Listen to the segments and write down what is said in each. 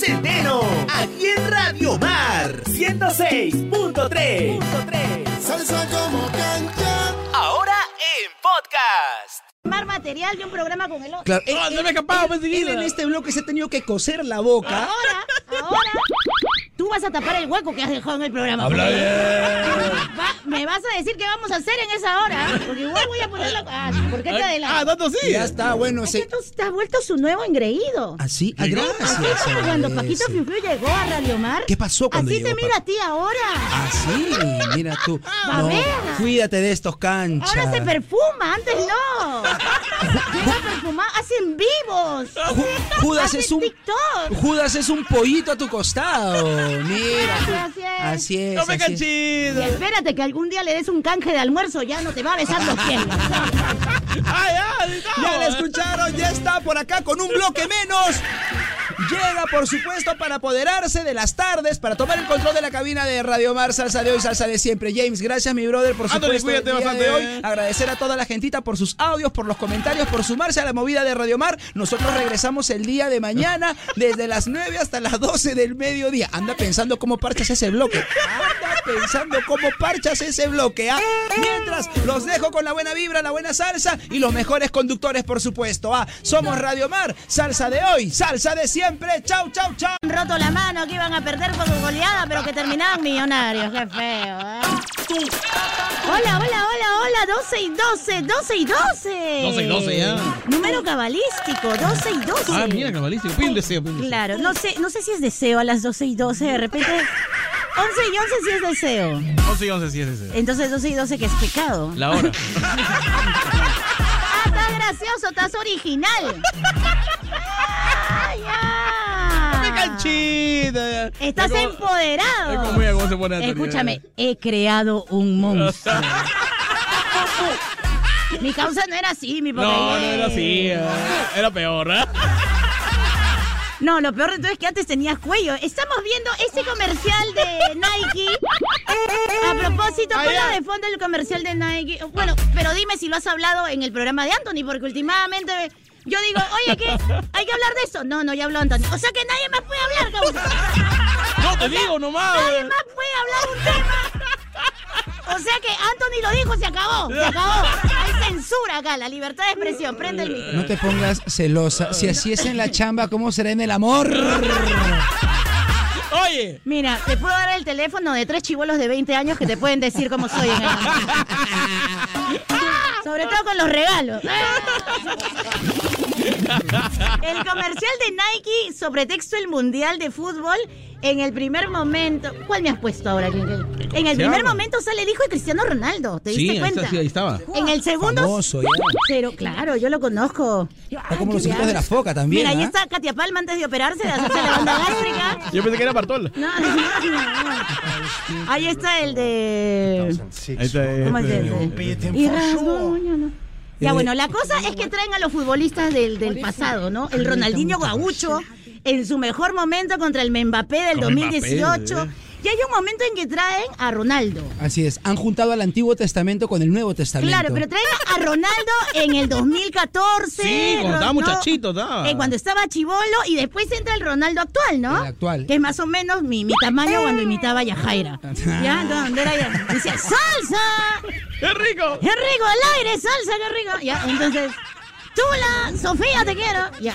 de enero, aquí en Radio Mar 106.3. Salsa como cancha. Ahora en podcast. Más material de un programa con el otro. Claro. Ah, no me he escapado, él- pues, él seguida. en este bloque se ha tenido que coser la boca. Ahora, ahora, tú vas a tapar el hueco que has dejado en el programa. Habla bien. Va- me vas a decir qué vamos a hacer en esa hora. Porque igual voy a poner la. Ah, ¿Por qué te Ah, adelantas? tanto sí. Ya está, bueno, se... Entonces te has vuelto su nuevo engreído. Así, ah, gracias. Así como cuando Andrés. Paquito Fiu Fiu llegó a Radio Mar. ¿Qué pasó cuando Así llegó, te mira Paco? a ti ahora. Así, mira tú. A No, ver. cuídate de estos canchas. Ahora se perfuma, antes no. Llega perfumado, hacen vivos. Ju- Judas Hacen es un TikTok. Judas es un pollito a tu costado. Mira. Así es. Así es. No me así es. Y canchido. espérate que algún día le des un canje de almuerzo, ya no te va a besar los pies. Ay, ay, no. Ya la escucharon, ya está por acá con un bloque menos. Llega, por supuesto, para apoderarse de las tardes, para tomar el control de la cabina de Radio Mar, salsa de hoy, salsa de siempre. James, gracias, mi brother, por Ándale, supuesto. cuídate el día bastante, de hoy. eh. Agradecer a toda la gentita por sus audios, por los comentarios, por sumarse a la movida de Radio Mar. Nosotros regresamos el día de mañana, desde las 9 hasta las 12 del mediodía. Anda pensando cómo parchas ese bloque. Anda pensando cómo parchas ese bloque. ¿ah? Mientras, los dejo con la buena vibra, la buena salsa y los mejores conductores, por supuesto. ¿ah? Somos Radio Mar, salsa de hoy, salsa de siempre. Chau, chau, chau. Han roto la mano que iban a perder por su goleada, pero que terminaban millonarios. Qué feo, ¿eh? Hola, hola, hola, hola, 12 y 12, 12 y 12. 12 y 12, ya. Número cabalístico, 12 y 12. Ah, mira, cabalístico. Pide un deseo, pide un deseo. Claro, no sé, no sé si es deseo a las 12 y 12, de repente 11 y 11 sí es deseo. 11 y 11, sí es ese. Entonces 12 y 12 que es pecado. La hora. Ah, estás gracioso, estás original. Ay, ya. ¡Qué canchita! Estás Es como- empoderado. es como mira cómo se pone la Escúchame, tontería. he creado un monstruo. mi causa no era así, mi pobre. No, no era así. eh. Era peor, ¿eh? No, lo peor de todo es que antes tenías cuello. Estamos viendo ese comercial de Nike. A propósito, Ah, ponlo ya. de fondo el comercial de Nike. Bueno, pero dime si lo has hablado en el programa de Anthony, porque últimamente yo digo, oye, ¿qué? ¿Hay que hablar de eso? No, no, ya habló Anthony. O sea que nadie más puede hablar, causa. No te digo nomás, Nadie güey. más puede hablar un tema. O sea que Anthony lo dijo, se acabó, se acabó. Hay censura acá, la libertad de expresión. Prende el micro. No te pongas celosa. Si así es en la chamba, ¿cómo será en el amor? Oye. Mira, te puedo dar el teléfono de tres chivolos de 20 años que te pueden decir cómo soy. en el amor. Sobre todo con los regalos. El comercial de Nike sobre texto el mundial de fútbol en el primer momento. ¿Cuál me has puesto ahora, Clingel? En el primer momento sale el hijo de Cristiano Ronaldo. ¿Te Sí, diste ahí cuenta? está, sí, ahí estaba. En el segundo. Famoso, ya. Pero claro, yo lo conozco. Está como los hijos de la foca también. Mira, ahí ¿ah? está Katia Palma antes de operarse, de hacerse la banda gástrica. Yo pensé que era Bartol. No, no, no. Ahí está el de. eh, ¿Cómo es ese? Y rasgo, no, no. Ya bueno, la cosa es que traen a los futbolistas del, del pasado, ¿no? El Ronaldinho Gaucho en su mejor momento contra el Mbappé del Con Mbappé, 2018. ¿eh? Y hay un momento en que traen a Ronaldo. Así es, han juntado al Antiguo Testamento con el Nuevo Testamento. Claro, pero traen a Ronaldo en el 2014. Sí, cuando estaba Ronaldo- muchachito, estaba. eh, cuando estaba chivolo y después entra el Ronaldo actual, ¿no? El actual. Que es más o menos mi, mi tamaño cuando imitaba a Yajaira. ¿Ya? Donde era ya- Dice, ¡salsa! ¡Qué rico! ¡Qué rico el aire! ¡Salsa, qué rico! Ya, entonces... ¡Tula! ¡Sofía, te quiero! Ya.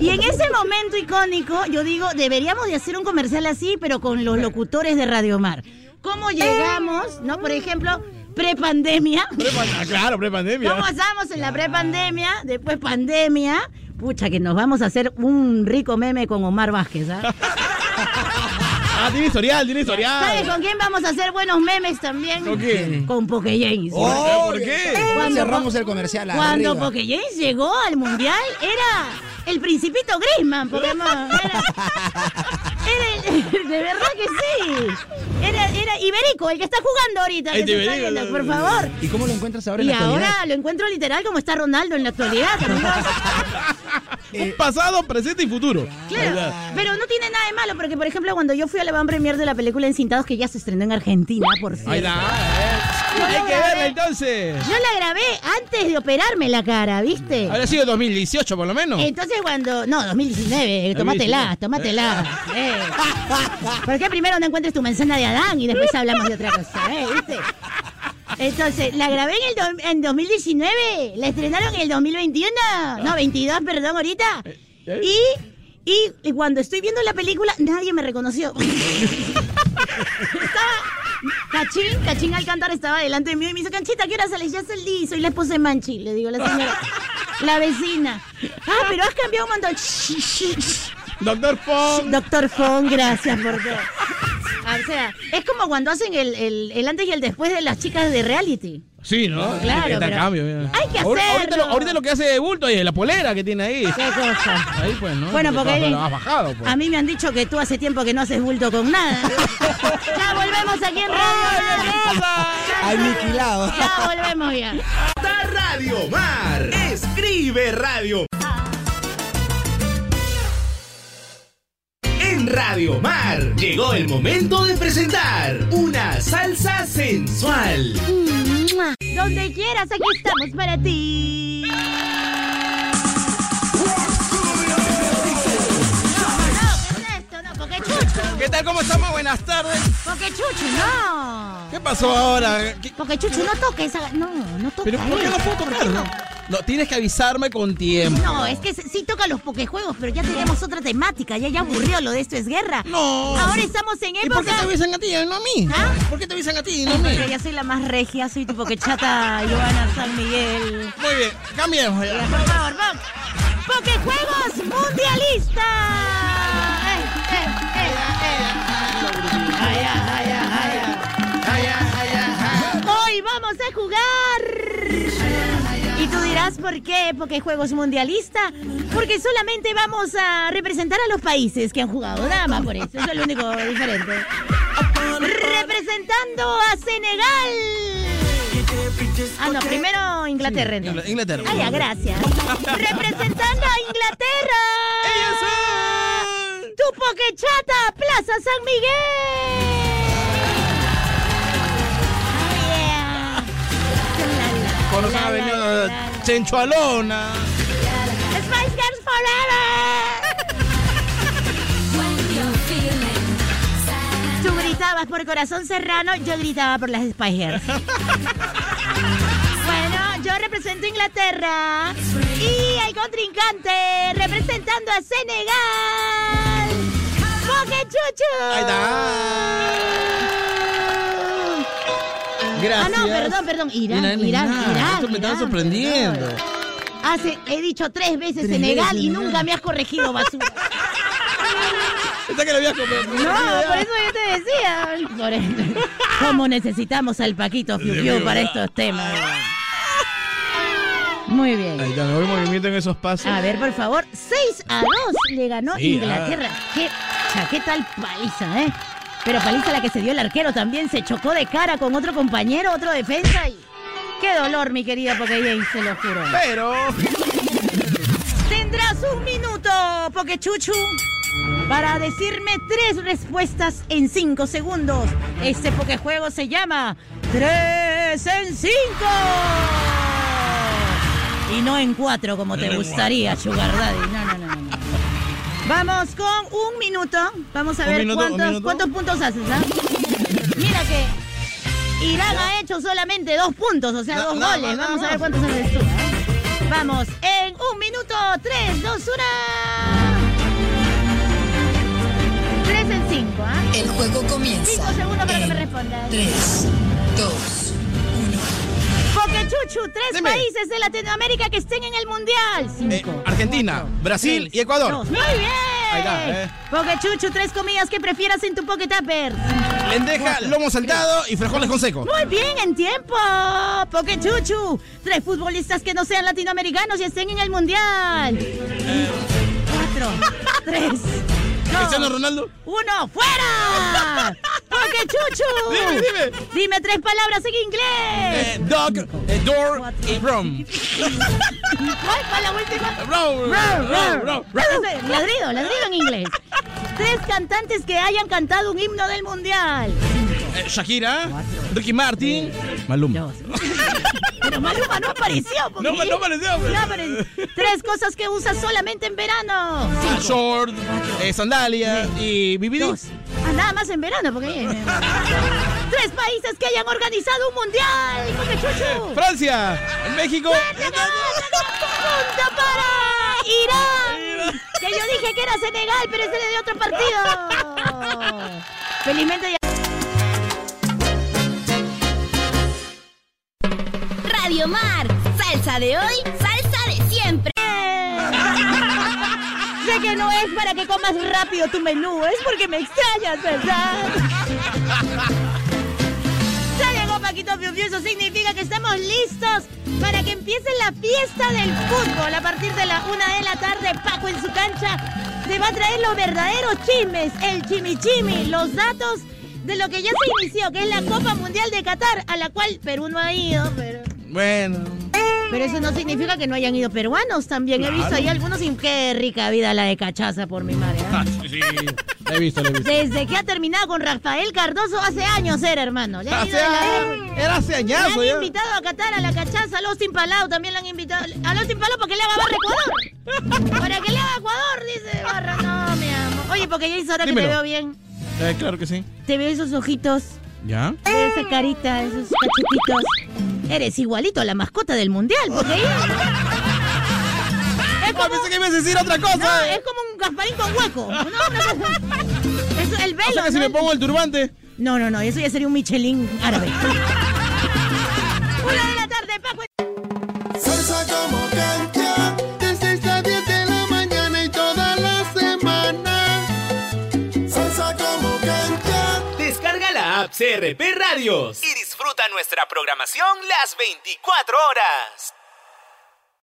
Y en ese momento icónico, yo digo, deberíamos de hacer un comercial así, pero con los locutores de Radio Mar. ¿Cómo llegamos, no? Por ejemplo, prepandemia. Prepa- ah, claro, prepandemia. ¿Cómo estamos en la prepandemia? Después pandemia. Pucha, que nos vamos a hacer un rico meme con Omar Vázquez, ¿ah? Ah, tiene historial, tiene ¿Sabes historial. con quién vamos a hacer buenos memes también? ¿Con quién? Con Poke James. ¡Oh! ¿Por qué? Cuando- Cerramos el comercial. Cuando arriba. Poke James llegó al mundial, era el Principito Grisman, Pokémon. Era, era el- de verdad que sí. Era, era Iberico, el que está jugando ahorita. El que se está Iberico, viendo, el- por favor. ¿Y cómo lo encuentras ahora en Y la actualidad? ahora lo encuentro literal como está Ronaldo en la actualidad. amigos. Un pasado, presente y futuro. Claro, pero no tiene nada de malo, porque por ejemplo cuando yo fui a la van premier de la película Encintados, que ya se estrenó en Argentina, por cierto, Ahí está. eh. yo Hay lo que verla grabé. entonces. Yo la grabé antes de operarme la cara, ¿viste? Habrá sido 2018 por lo menos. Entonces cuando... No, 2019, tómatela, 2019. tómatela. eh. Porque primero no encuentres tu manzana de Adán y después hablamos de otra cosa, ¿eh? ¿Viste? Entonces, la grabé en el do- en 2019, la estrenaron en el 2021, no, 22, perdón, ahorita. Y, y, y cuando estoy viendo la película, nadie me reconoció. estaba, Cachín, Cachín Alcántara estaba delante de mí y me dice, Canchita, ¿qué hora sales? Ya salí, soy la esposa de Manchi, le digo a la señora. La vecina. Ah, pero has cambiado un montón. Doctor Fong. Doctor Fon, gracias por todo. Ah, O sea, es como cuando hacen el, el- el antes y el después de las chicas de reality. Sí, ¿no? Claro, Ahí está el pero- cambio, mira. Hay que Ahor- Ahorita lo, hacerlo. ahorita lo que hace de bulto ahí es la polera que tiene ahí. Qué cosa. Ahí pues, ¿no? Bueno, porque Lo- ahí- lo has bajado, pues. A mí me han dicho que tú hace tiempo que no haces bulto con nada. ya volvemos aquí en Radio. Mar. Aniquilado. Ya volvemos ya. Está Radio Mar. Escribe Radio. En Radio Mar llegó el momento de presentar una salsa sensual. Mua. Donde quieras, aquí estamos para ti. No, ¿qué es esto? No, porque chucho. ¿Qué tal? ¿Cómo estamos? Buenas tardes. Porque chucho, no. ¿Qué pasó ahora? ¿Qué- Porque chucho, no toques esa. No, no toques. ¿Pero por qué no puedo tocar? No, No, tienes que avisarme con tiempo. No, es que sí toca los pokejuegos, pero ya tenemos otra temática. Ya ya aburrió lo de esto es guerra. No. Ahora estamos en ¿Y por qué época. te avisan a ti y no a mí? ¿Ah? ¿Por qué te avisan a ti y no a mí? Porque yo soy la más regia, soy tu pokechata Giovanna San Miguel. Muy bien, cambiemos Ya, ya. Por favor, vamos. Pokejuegos mundialistas. Ay, ay, ay, eh, ay, ay, ay, ay. Hoy vamos a jugar. Y tú dirás, ¿por qué Pokejuegos mundialista? Porque solamente vamos a representar a los países que han jugado. Nada más por eso. Eso es lo único diferente. Representando a Senegal. Ah, no, primero Inglaterra entonces. Ingl- Inglaterra. Ah, ya, gracias. Representando a Inglaterra. Tu Poquechata, Plaza San Miguel. Oh, yeah. La, la, Con la, ha Ah, la, la, venido Chenchualona. la. Spice Girls Forever. Tú gritabas por corazón serrano, yo gritaba por las Spice Girls. Bueno, yo represento a Inglaterra y el contrincante representando a Senegal. Porque Chuchu. Ahí está. Gracias. Ah, no, perdón, perdón. Irán, Irán, Irán. Esto me estaba Irán, sorprendiendo. perdón. Hace, he dicho tres veces Tres Senegal veces, y Irán. nunca me has corregido, basura. Pensé que lo habías comido. No, por eso yo te decía. Por eso. ¿Cómo necesitamos al Paquito Fiu Fiu para estos temas? Ah. Muy bien. Ahí está, me voy movimiento en esos pasos. A ver, por favor, 6 a 2 le ganó Sí, ah. Inglaterra. Qué chaqueta al paliza, ¿eh? Pero paliza la que se dio el arquero también. Se chocó de cara con otro compañero, otro defensa. Y... Qué dolor, mi querida, porque James, se lo juro. Pero. Tendrás un minuto, Pokechuchu, para decirme tres respuestas en cinco segundos. Este Pokejuego se llama Tres en Cinco. Y no en cuatro, como te gustaría, Sugar Daddy. No, no, no, no, no. Vamos con un minuto. Vamos a Un ver minuto, un cuántos, minuto. cuántos puntos haces, ¿ah? Mira que Irán ha hecho solamente dos puntos, o sea, Na- dos nada goles. más, nada Vamos a ver más. cuántos haces tú. ¿eh? Vamos, en un minuto, tres, dos, una. Tres en cinco, ¿ah? El juego comienza. Cinco segundos para que me en respondas. Tres, dos, uno. Pokechuchu, tres Dime. países de Latinoamérica que estén en el Mundial. eh, Cinco. Argentina, Brasil tres, Eh, y Ecuador. dos. ¡Muy bien! Ahí está, eh. Pokechuchu, tres comidas que prefieras en tu Poketapper. Lendeja, lomo saltado y frijoles con seco. Muy bien, en tiempo. Pokechuchu. Tres futbolistas que no sean latinoamericanos y estén en el mundial. Cuatro, tres, Cristiano dos, Ronaldo. uno, fuera. Pokechuchu. Dime, dime. Dime tres palabras en inglés. Eh, dog, eh, door y rom. ¿Cuál fue la última? Rom, Rar, rar. rom, rom, rom. Entonces, Ladrido, ladrido en inglés. Tres cantantes que hayan cantado un himno del mundial. Eh, Shakira, Ricky Martin, Maluma. Dos. Pero Maluma no apareció. porque- No, no apareció, pues. No apareció. Tres cosas que usas solamente en verano. Cinco. Ah, Short, eh, sandalias y BBD. Dos. Ah, nada más en verano, porque... Tres países que hayan organizado un mundial. ¡Hijo de chuchu! Francia, México. Punta para Irán. Que yo dije que era Senegal, pero ese era de otro partido. Felizmente ya. Radio Mar, salsa de hoy, salsa de siempre. Sé que no es para que comas rápido tu menú, es porque me extrañas, ¿verdad? Ya llegó Paquito Piu Piu, eso significa que estamos listos para que empiece la fiesta del fútbol. A partir de la una de la tarde, Paco en su cancha te va a traer los verdaderos chismes, el chimichimi, los datos de lo que ya se inició, que es la Copa Mundial de Qatar, a la cual Perú no ha ido, pero... Bueno, Pero eso no significa que no hayan ido peruanos también. He visto ahí algunos sin qué rica vida la de cachaza por mi madre. ¿ah? la he visto, la he visto. Desde que ha terminado con Rafael Cardoso hace años era, hermano. Le han, ido Hace de año- la- era hace añazo le han ya. invitado a Qatar a la cachaza, a los Palau también le han invitado. A los Palau para que le haga barra a Ecuador. Para que le haga a Ecuador, dice barra. No, mi amor. Oye, porque ya hizo ahora que Dímelo. te veo bien. Eh, claro que sí. Te veo esos ojitos, ¿Ya? te veo esa carita, esos cachetitos. Eres igualito a la mascota del mundial, porque Es Ah, como- pensé que ibas a decir otra cosa. No, es como un Gasparín con hueco. No, una cosa- Es el velo. o sea que si ¿no? me pongo el turbante. no, no, no, eso ya sería un Michelin árabe. Una de la tarde, Paco. Salsa como cancha, de 6 a 10 de la mañana y toda la semana. Salsa como cancha. Descarga la app CRP Radios. y disfruta nuestra programación las 24 horas.